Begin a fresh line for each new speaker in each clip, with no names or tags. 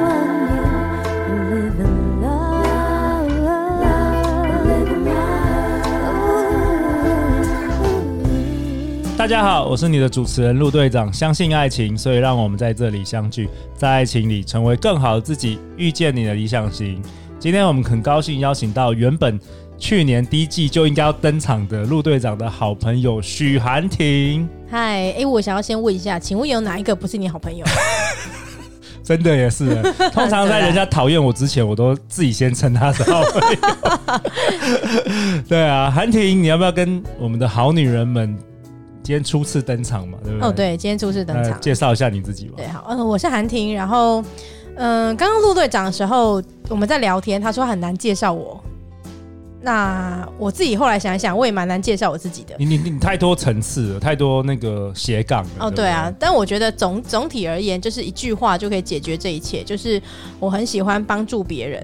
when you live in love, live in love.
大家好，我是你的主持人陆队长。相信爱情，所以让我们在这里相聚，在爱情里成为更好的自己，遇见你的理想型。今天我们很高兴邀请到原本去年第一季就应该要登场的陆队长的好朋友许寒婷。
嗨，哎，我想要先问一下，请问有哪一个不是你好朋友？
真的也 是，通常在人家讨厌我之前，我都自己先称他是好朋友。 对啊，韩婷，你要不要跟我们的好女人们今天初次登场嘛？对不对？
哦，，对，今天初次登场。
介绍一下你自己吧
对，。好，嗯、我是韩婷。然后，嗯、刚刚陆队长的时候，我们在聊天，他说很难介绍我。那我自己后来想一想，我也蛮难介绍我自己的。
你你你太多层次了，太多那个斜杠了。
哦，
不
对啊，，但我觉得总总体而言，就是一句话就可以解决这一切。就是我很喜欢帮助别人，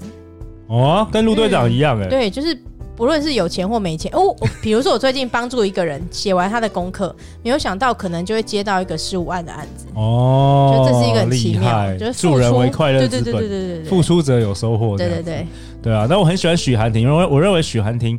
哦，跟陆队长一样哎。
嗯对，就是不论是有钱或没钱，哦，我比如说我最近帮助一个人写完他的功课，没有想到可能就会接到一个十五万的案子。
哦
就，这是一个很奇
厉害
妙，就是付
助人
出
为快乐
对
之
对对
本，
对对对，
付出者有收获。
对对。对，
对啊，那我很喜欢许寒婷，因为我认为许寒婷，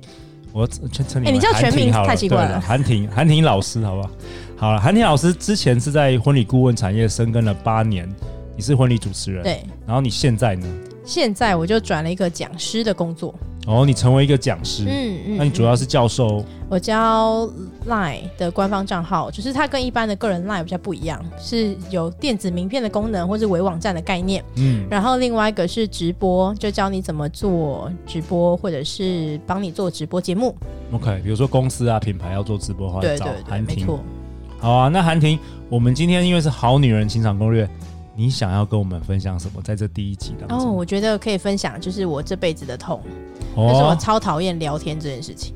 我称称你为
哎你叫
韩婷
全名
好
太奇怪了
对韩婷，韩婷老师，好不好？好了，韩婷老师之前是在婚礼顾问产业深耕了八年，你是婚礼主持人，。
对。
然后你现在呢？
现在我就转了一个讲师的工作，
哦，你成为一个讲师，
嗯嗯
那你主要是教授
我教 Line 的官方账号，就是它跟一般的个人 Line 比较不一样，是有电子名片的功能或是伪网站的概念。
嗯，
然后另外一个是直播，就教你怎么做直播，或者是帮你做直播节目。
，OK，比如说公司啊、品牌要做直播的话，
对
找
对对，
韩
没
婷。
错。
好啊，那韩婷，我们今天因为是好女人情场攻略，你想要跟我们分享什么？在这第一集当
哦，
中，
我觉得可以分享，就是我这辈子的痛，
哦
但是我超讨厌聊天这件事情。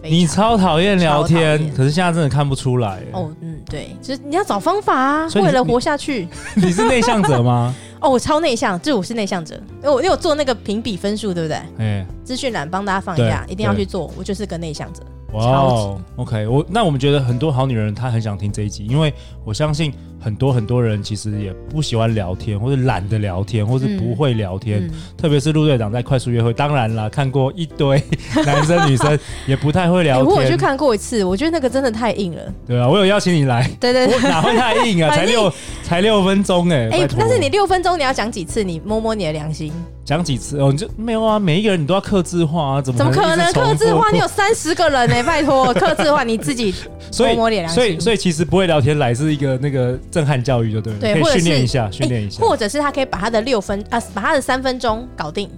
非
你
常
超讨厌聊
超
天
讨，厌
可是现在真的看不出来。哦，
哦，嗯，对，就是你要找方法啊，
所以你
为了活下去。
你是内向者 吗？
哦，我超内向，这我是内向者，因为我因为我做那个评比分数，对不对？
哎，
资讯栏帮大家放一下，
对
一定要
对
去做。我就是个内向者，
哇哦，OK，我那我们觉得很多好女人她很想听这一集，因为我相信很多很多人其实也不喜欢聊天，或者懒得聊天，或是不会聊天。
嗯，
特别是陆队长在快速约会，当然啦，看过一堆男生女生也不太会
哎
聊
不过我去
天，
看过一次，我觉得那个真的太硬了。
对啊，我有邀请你来，
对对
我
对，
哪会太硬啊？才
反正
六才六分钟哎、拜
哎，
托
但是你六分钟你要讲几次？你摸摸你的良心，
讲几次哦，你就没有啊？每一个人你都要克制化啊，怎么
怎么可
一
能
直重
克制化？
复
你有三十个人呢、拜 托，克制化你自己
所以
摸摸脸良啊
所以
心
所以其实不会聊天来是一个那个震撼教育，就对了，
对
可
或
以
者
训练
是
一下，训练一下。。
或者是他可以把他的六分啊，把他的三分钟搞定，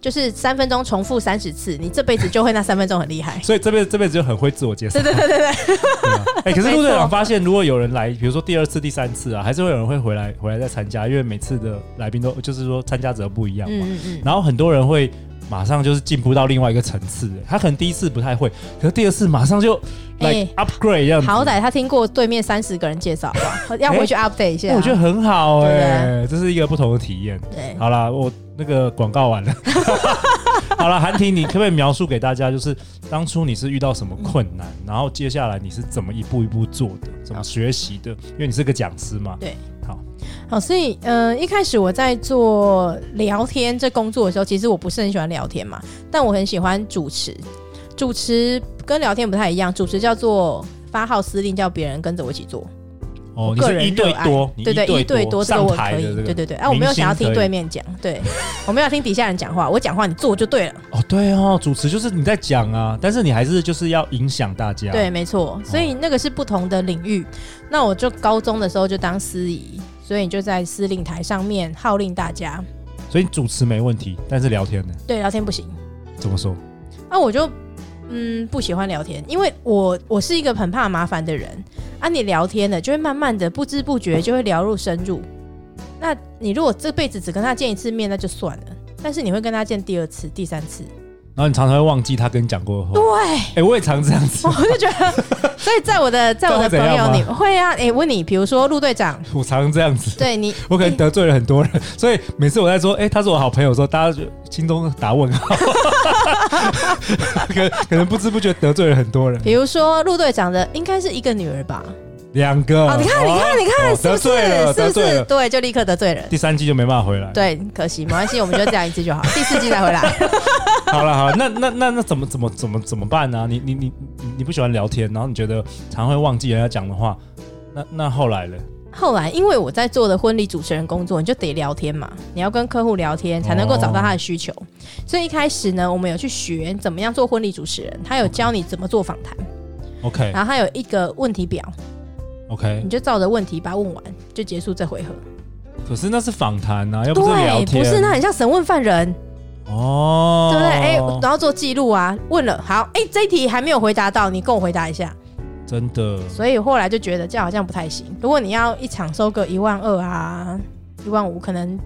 就是三分钟重复三十次，你这辈子就会那三分钟很厉害
所以这辈子这辈子就很会自我介绍。
对对对对对，
对啊哎、可是陆队
没
长
错
发现，如果有人来，比如说第二次、第三次啊，还是会有人会回来回来再参加，因为每次的来宾都就是说参加者不一样嘛。
嗯嗯
然后很多人会马上就是进步到另外一个层次，哎他可能第一次不太会，可是第二次马上就来、
哎
upgrade 这样
嗯，
子。
好歹他听过对面三十个人介绍 吧，要回去 update 一下、
哎我觉得很好哎、
对啊
这是一个不同的体验。
对，
好啦，我那个广告完了。 好了，韩婷，你可不可以描述给大家，就是当初你是遇到什么困难，然后接下来你是怎么一步一步做的，怎么学习的？因为你是个讲师嘛。
对。
好，
好，所以呃，一开始我在做聊天这工作的时候，其实我不是很喜欢聊天嘛，但我很喜欢主持。主持跟聊天不太一样，主持叫做发号施令，叫别人跟着我一起做。
哦，
我
你
个
是一
人
对
热爱
多，你
对对，一对
多
多这个
上
我
台的
可以
这个，，
对对对，啊，我没有想要听对面讲，对 我没有听底下人讲话，我讲话你做就对了，
哦，对哦，主持就是你在讲啊，但是你还是就是要影响大家。
对，没错，
哦
所以那个是不同的领域。那我就高中的时候就当司仪，所以就在司令台上面号令大家，
所以主持没问题，但是聊天呢？
对，聊天不行，
怎么说？
啊，我就嗯不喜欢聊天，因为我我是一个很怕麻烦的人啊。你聊天了，就会慢慢的不知不觉就会聊入深入。那你如果这辈子只跟他见一次面，那就算了。但是你会跟他见第二次、第三次，
然后你常常会忘记他跟你讲过的话。
对，
哎、我也常这样子
我。就觉得所以在 我的在我的
这
朋
样会怎样
友里会啊，诶，问你，比如说陆队长，
我常常这样 子，
对你，
我可能
诶
得罪了很多人，所以每次我在说，哎、他是我好朋友的时候，大家就心中打问 号，可可能不知不觉得罪了很多人，
比如说陆队长的应该是一个女儿吧？
两个，
哦，你看，你看，你
嗯哦
看，是不
得
是
罪了，？
是
得
不
罪
是？
了，
对，就立刻得罪人。
第三季就没办法回来，，
对，可惜，没关系，我们就这样一次就好，第四季再回来。
好了好了，那那那那怎么怎么怎么怎么办呢、你你你你你不喜欢聊天，然后你觉得常会忘记人家讲的话，那那后来呢？
后来，因为我在做的婚礼主持人工作，你就得聊天嘛，你要跟客户聊天才能够找到他的需求。所以一开始呢，我们有去学怎么样做婚礼主持人，他有教你怎么做访谈，
OK
然后他有一个问题表，
OK，
你就照着问题把它问完，就结束这回合。
可是那是访谈啊，又不是聊
对，
天，
不是，那很像审问犯人，
哦，
对不对？哎、然后做记录啊，问了好，哎、这一题还没有回答到，你跟我回答一下。
真的，
所以后来就觉得这样好像不太行。如果你要一场收个一万二啊，一万五，可能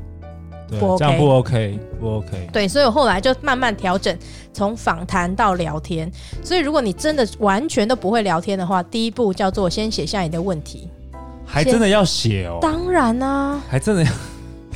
对，
不
这样
OK
不 OK，不 OK。
对，所以我后来就慢慢调整，从访谈到聊天。所以如果你真的完全都不会聊天的话，第一步叫做先写下你的问题。
还真的要写哦，
当然啊，
还真的要。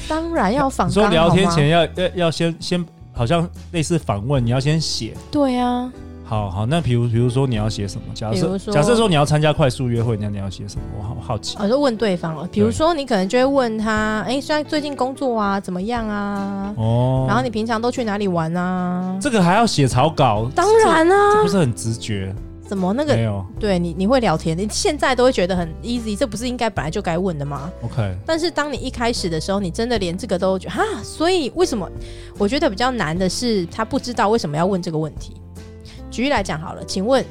当然要访
你
纲。
说聊天
好吗
前要要要先先，好像类似访问，你要先写。
对啊，
好好，那比如比如说你要写什么？假
比
设
如说
假设说你要参加快速约会，那你要写什么？我好好奇。
我就问对方了。比如说，你可能就会问他：“哎、虽然最近工作啊怎么样啊？
哦，
然后你平常都去哪里玩啊
这个还要写草稿？”？
当然
这，这
啊
不，是很直觉？
怎么那
没
个
有
对你你会聊天，你现在都会觉得很 easy，这不是应该本来就该问的吗？
，OK，
但是当你一开始的时候，你真的连这个都觉得哈，所以为什么？我觉得比较难的是他不知道为什么要问这个问题。举例来讲好了，请问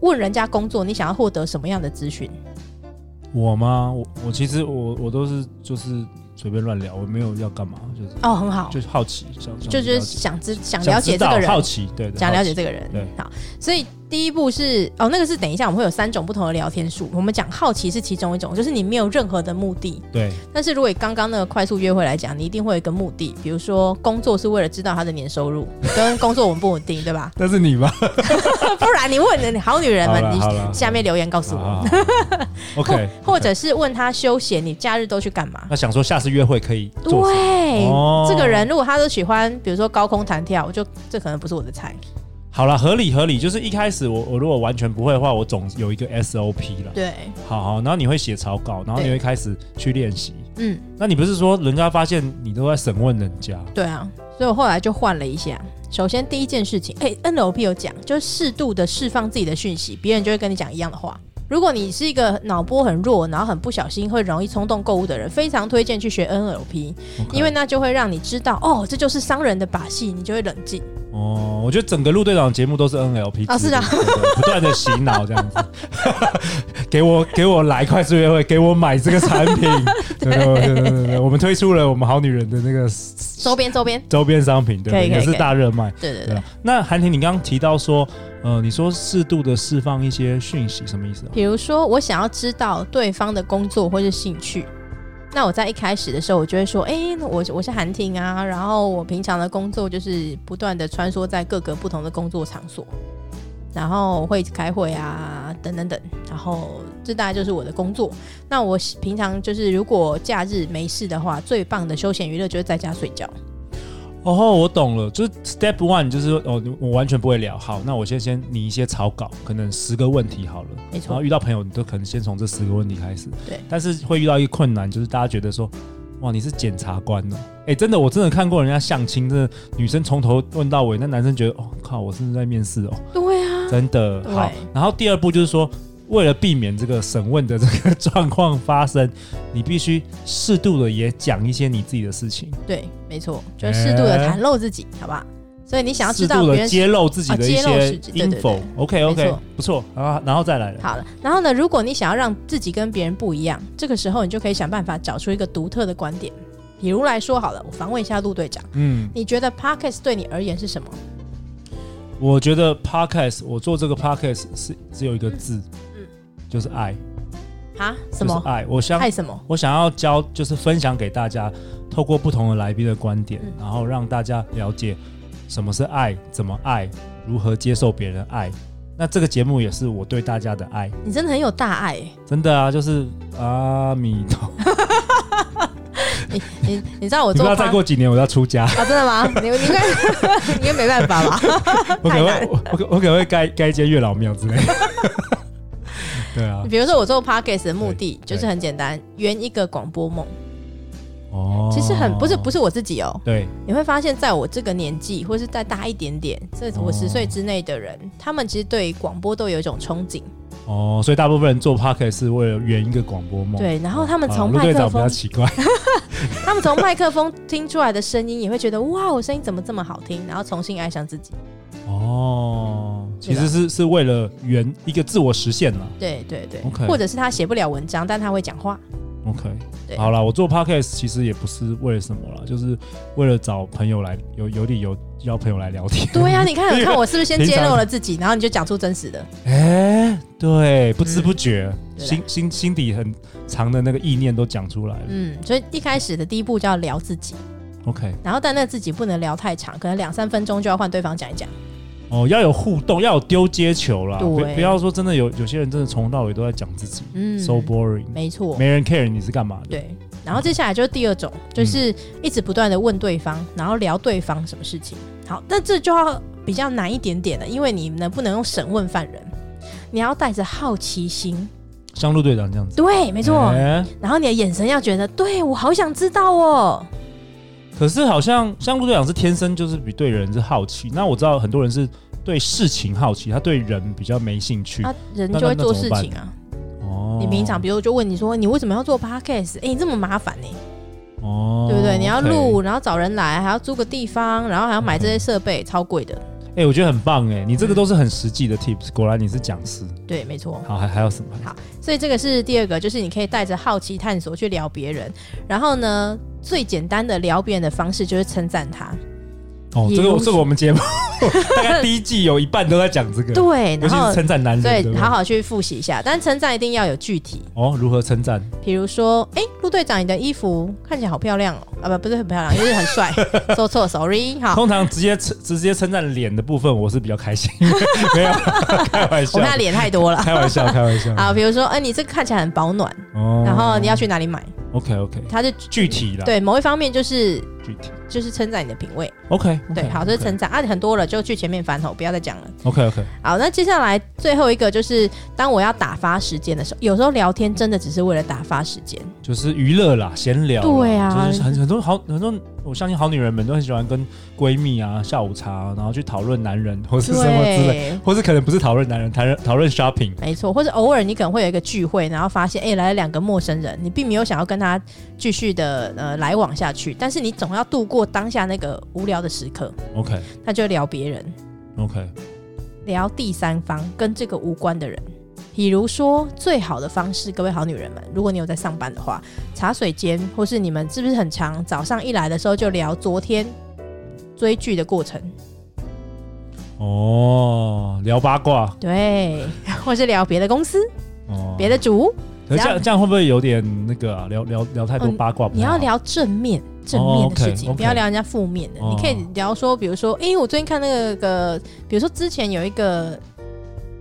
问人家工作，你想要获得什么样的资讯？
我吗？我我其实我我都是就是随便乱聊，我没有要干嘛，就是
哦，很好，
就是好奇，想想
就
了
是
解
想知想
想
了解
知
这
道
个人，
好奇，对，对
想了解
好奇
这个人
对。
好，所以第一步是哦，那个是等一下我们会有三种不同的聊天术，我们讲好奇是其中一种，就是你没有任何的目的，
对
但是如果以刚刚那个快速约会来讲，你一定会有一个目的，比如说工作是为了知道他的年收入，跟工作稳不稳定，对吧？
但是你 吧，
不然你问了你好女人
好
们，
了好
你
了，
下面留言告诉
好
我，
好好 OK，
或者是问他休闲，你假日都去干嘛？
那想说下次约会可以做什么
对
哦，
这个人如果他都喜欢，比如说高空弹跳，我就这可能不是我的菜。
好了，合理合理，就是一开始我我如果完全不会的话，我总有一个 SOP 了。
对，
好好，然后你会写草稿，然后你
对
会开始去练习。
嗯，
那你不是说人家发现你都在审问人家？
对啊，所以我后来就换了一下。首先第一件事情，哎、n l p 有讲，就是适度的释放自己的讯息，别人就会跟你讲一样的话。如果你是一个脑波很弱，然后很不小心会容易冲动购物的人，非常推荐去学 NLP，
OK
因为那就会让你知道，哦，这就是商人的把戏，你就会冷静。
哦，我觉得整个陆队长的节目都是 NLP
啊是啊
制度对对不断的洗脑这样子，给我给我来快速约会，给我买这个产品。对对对对对对，我们推出了我们好女人的那个
周边，周边，
周边商品，对不
可
对？
以可以
也是
可以
大热卖。
对对
对
对，
啊，那韩婷，你刚刚提到说，呃，你说适度的释放一些讯息，什么意思啊？
比如说，我想要知道对方的工作或是兴趣，那我在一开始的时候，我就会说，哎、我我是韩婷啊，然后我平常的工作就是不断的穿梭在各个不同的工作场所，然后会开会啊，等等等，然后这大概就是我的工作。那我喜平常就是如果假日没事的话，最棒的休闲娱乐就是在家睡觉。
哦，我懂了，就是 step one，就是说，哦，你我完全不会聊，好，那我先先拟一些草稿，可能十个问题好了，
没
然后
错，
遇到朋友，你都可能先从这十个问题开始，
对
但是会遇到一个困难，就是大家觉得说，哇，你是检察官呢、哎，真的，我真的看过人家相亲，真的女生从头问到尾，那男生觉得，哦靠，我是不是在面试哦？
对啊，
真的
对
好。然后第二步就是说，为了避免这个审问的这个状况发生， 你必须适度的也讲一些你自己的事情，
对，没错，就是适度的
哎
袒露自己，好不好？所以你想要知
适
道
度
别
的
人
揭露自己的一
啊揭露
些
是对对对
info。OK
没
OK，
错
不错啊，然后再来了。
好了，然后呢，如果你想要让自己跟别人不一样，这个时候你就可以想办法找出一个独特的观点。比如来说好了，我访问一下陆队长，
嗯，
你觉得 podcast 对你而言是什么？
我觉得 podcast，我做这个 podcast 是只有一个字，
嗯
就是爱，
啊？
就
什
是
么？
爱。我相
爱什么？
我想要教，就是分享给大家，透过不同的来宾的观点，
嗯
然后让大家了解什么是爱，怎么爱，如何接受别人的爱。那这个节目也是我对大家的爱，
你真的很有大爱欸、
真的啊，就是啊阿弥陀。
你你你知道我
你不知
做
道
胖
再过几年我要出家，
啊，真的吗？你你应该 你应该没办法吧？
我可能
太
会我我可我可能会盖盖一间月老庙之 类的。对啊，
比如说我做 podcast 的目的
对
就是很简单，圆一个广播梦。
哦，
嗯其实很不是不是我自己哦，
对，
你会发现在我这个年纪，或是再大一点点，这
哦
我十岁之内的人，他们其实对广播都有一种憧憬。
哦，所以大部分人做 p o c k e t 是为了圆一个广播梦。
对，然后他们
啊
从
陆
麦
队
克
长比
风
较，奇怪，
他们从麦克风听出来的声音，也会觉得哇，我声音怎么这么好听？然后重新爱上自己。
哦，其
对啊
实是是为了圆一个自我实现了。
对对对
OK
或者是他写不了文章，但他会讲话。
OK，
对
好啦，我做 podcast 其实也不是为了什么啦，就是为了找朋友来有有理由邀朋友来聊天。
对啊呀、你看，你看我是不是先
平
揭
常
露了自己，然后你就讲出真实的？
哎、对，不知不觉，
嗯对啦
心心心底很长的那个意念都讲出来了。
嗯，所以一开始的第一步就要聊自己，
OK，
然后但那自己不能聊太长，可能两三分钟就要换对方讲一讲。
哦，要有互动，要有丢接球啦，不
对
不要说真的有有些人真的从头到尾都在讲自己、
嗯
s o boring，
没错，
没人 care 你是干嘛的。
对。然后接下来就是第二种，
嗯
就是一直不断的问对方，然后聊对方什么事情。好，那这就要比较难一点点了，因为你能不能用审问犯人？你要带着好奇心，
像陆队长这样子，哎
对，没
没
错。然后你的眼神要觉得，对我好想知道哦。
可是好像像陆队长是天生就是比对人是好奇，那我知道很多人是对事情好奇，他对人比较没兴趣。
啊，
嗯
人
那
就会
那
做
怎
事
么办
情啊。
哦
你平常比如就问你说，你为什么要做 podcast？哎、你这么麻烦呢、
哦
对不对？你要
OK 嗯
录，然后找人来，还要租个地方，然后还要买这些设备，超贵的。
哎、我觉得很棒哎、你这个都是很实
嗯
际的 tips，果然你是讲师。
对，没错。
好，还还有什么？
所以这个是第二个，就是你可以带着好奇探索去聊别人。然后呢，最简单的聊别人的方式就是称赞他。
哦，
也
这个
如
我是我们节目 大概第一季有一半都在讲这个，
对，
尤
然
其
后
是称赞男人，对
对，
不对
好好去复习一下。但称赞一定要有具体，
哦，如何称赞？
比如说，哎、陆队长，你的衣服看起来好漂亮哦。啊，不，不是很漂亮，就是 很帅。说错，sorry。好，
通常直接称直接称赞脸的部分，我是比较开 心，没有开玩
我
笑
们，俩脸太多了。
开玩笑，开玩笑。
啊，比如说，哎、你这个看起来很保暖，
哦
然后你要去哪里买？
OK OK，
他就
具体啦，
对某一方面就是
具体
就是称赞你的品味，
OK，
对，好，这是称赞啊，很多了就去前面翻吼，不要再讲了。
OK OK，
好，那接下来最后一个就是，当我要打发时间的时候，有时候聊天真的只是为了打发时间，
就是娱乐啦，闲聊啦，
对啊
就是很很多好很多，我相信好女人们都很喜欢跟闺蜜啊下午茶啊，然后去讨论男人或是什么之类，
对。
或是可能不是讨论男人，讨论讨论 shopping。
没错，或者偶尔你可能会有一个聚会，然后发现哎、来了两个陌生人，你并没有想要跟他继续的呃来往下去，但是你总要度过当下那个无聊的时刻，
OK
那就聊别人，
OK，
聊第三方跟这个无关的人。比如说，最好的方式，各位好女人们，如果你有在上班的话，茶水间或是你们是不是很常早上一来的时候就聊昨天追剧的过程，
哦，聊八卦
对， 或是聊别的公司、
哦，
别的组，
可是这
只要
样这样会不会有点那个啊？聊聊聊太多
嗯
八卦不太
你
好，
要聊正面正面的事情，
OK，OK
不要聊人家负面的。
哦
你可以聊说，比如说，诶，我最近看那个个，比如说之前有一个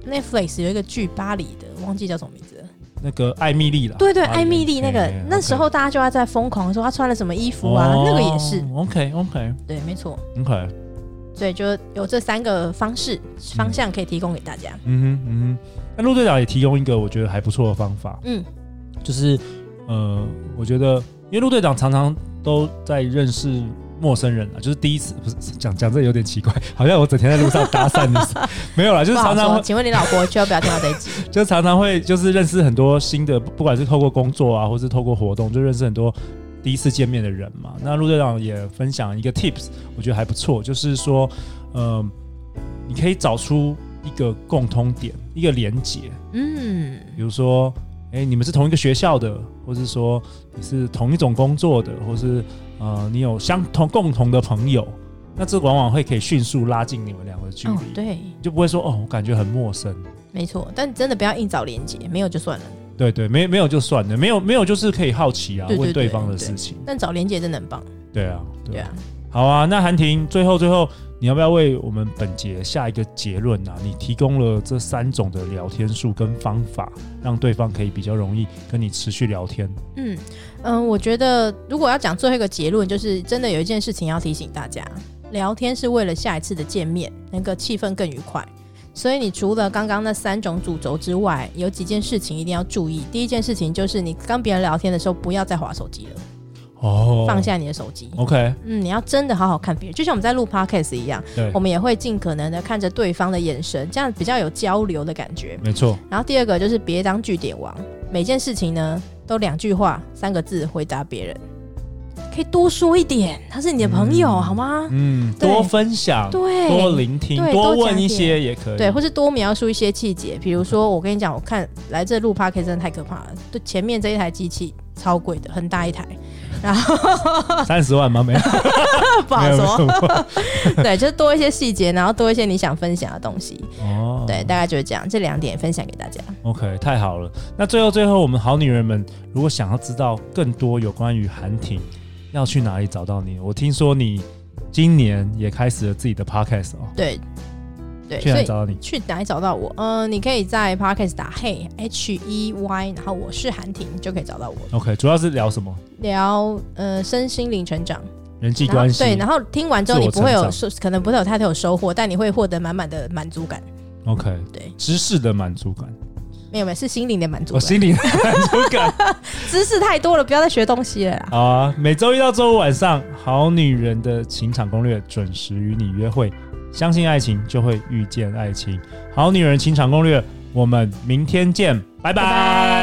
Netflix 有一个剧巴黎的，忘记叫什么名字了。
那个艾米丽啦，
对对，
巴黎
艾米丽那个
嘿嘿
那
OK 哦
时候大家就要在疯狂说她穿了什么衣服啊，那个也是
OK OK
对，没错。
OK，
所以就有这三个方式方向可以提供给大家。
嗯哼嗯哼。那陆队长也提供一个我觉得还不错的方法，
嗯，
就是呃，我觉得因为陆队长常常都在认识陌生人啊，就是第一次不是讲讲这有点奇怪，好像我整天在路上搭讪你似的， 没有啦，就是
不好
常常
说。
会
请问你老婆就要不要听到这一 集？
就常常会就是认识很多新的，不不管是透过工作啊，或是透过活动，就认识很多第一次见面的人嘛。那陆队长也分享一个 tips，我觉得还不错，就是说，呃，你可以找出一个共通点，一个连结，
嗯，
比如说，哎、你们是同一个学校的，或是说你是同一种工作的，或是呃，你有相同共同的朋友，那这往往会可以迅速拉近你们两个的距离，
哦，对，
你就不会说哦，我感觉很陌生。
没错。但真的不要硬找连接，没有就算了。
对对，没没有就算了，没有没有就是可以好奇啊，
对对
问对
对
方的事情。
但找连接真的很棒，
对啊，
对啊。
好啊，那韩婷，最后最后，你要不要为我们本节下一个结论啊？你提供了这三种的聊天术跟方法，让对方可以比较容易跟你持续聊天。
嗯嗯，我觉得如果要讲最后一个结论，就是真的有一件事情要提醒大家：聊天是为了下一次的见面，能够气氛更愉快。所以你除了刚刚那三种主轴之外，有几件事情一定要注意。第一件事情就是你跟别人聊天的时候，不要再划手机了，
哦，
放。下你的手机。
OK，
嗯，你要真的好好看别人，就像我们在录 podcast 一样，
对
我，们也会尽可能的看着对方的眼神，这样比较有交流的感觉。
没错，
然后第二个就是别当据点王，每件事情呢都两句话、三个字回答别人，可以多说一点，他是你的朋友、
嗯
好吗？
嗯，
对
多分享，多
对。
聆听，
对
多
多讲
问一
一
些也可以。
对，或是多描述一些细节，比如说，我跟你讲，我看来这录 p a 真的太可怕了。对，前面这一台机器超贵的，很大一台，然后
三十万吗？ 没有，
不
没
好
有没
说。
有
对，就是多一些细节，然后多一些你想分享的东西。
哦，
对，大概就是这样，这两点分享给大家。
OK，太好了。那最后最后，我们好女人们如果想要知道更多有关于韩婷，要去哪里找到你？我听说你今年也开始了自己的 Podcast 哦，
对，对，
去哪
所
里
以
找到你？
去哪里找到我？嗯、你可以在 Podcast 打 Hey H E Y，然后我是韩婷，就可以找到我
OK，主要是聊什么？
聊呃身心灵成长，
人际
然后
关系。
对，然后听完之后
自我
你不会有
成
收，可能不会有太多有收获，但你会获得满满的满足感。
OK，
对，
知识的满足感，
没有没有，是心灵的满足
我、哦
感。
心里的满足感
知识太多了，不要再学东西了啦。
好啊！每周一到周五晚上，《好女人的情场攻略》准时与你约会，相信爱情就会遇见爱情，《好女人情场攻略》，我们明天见，拜拜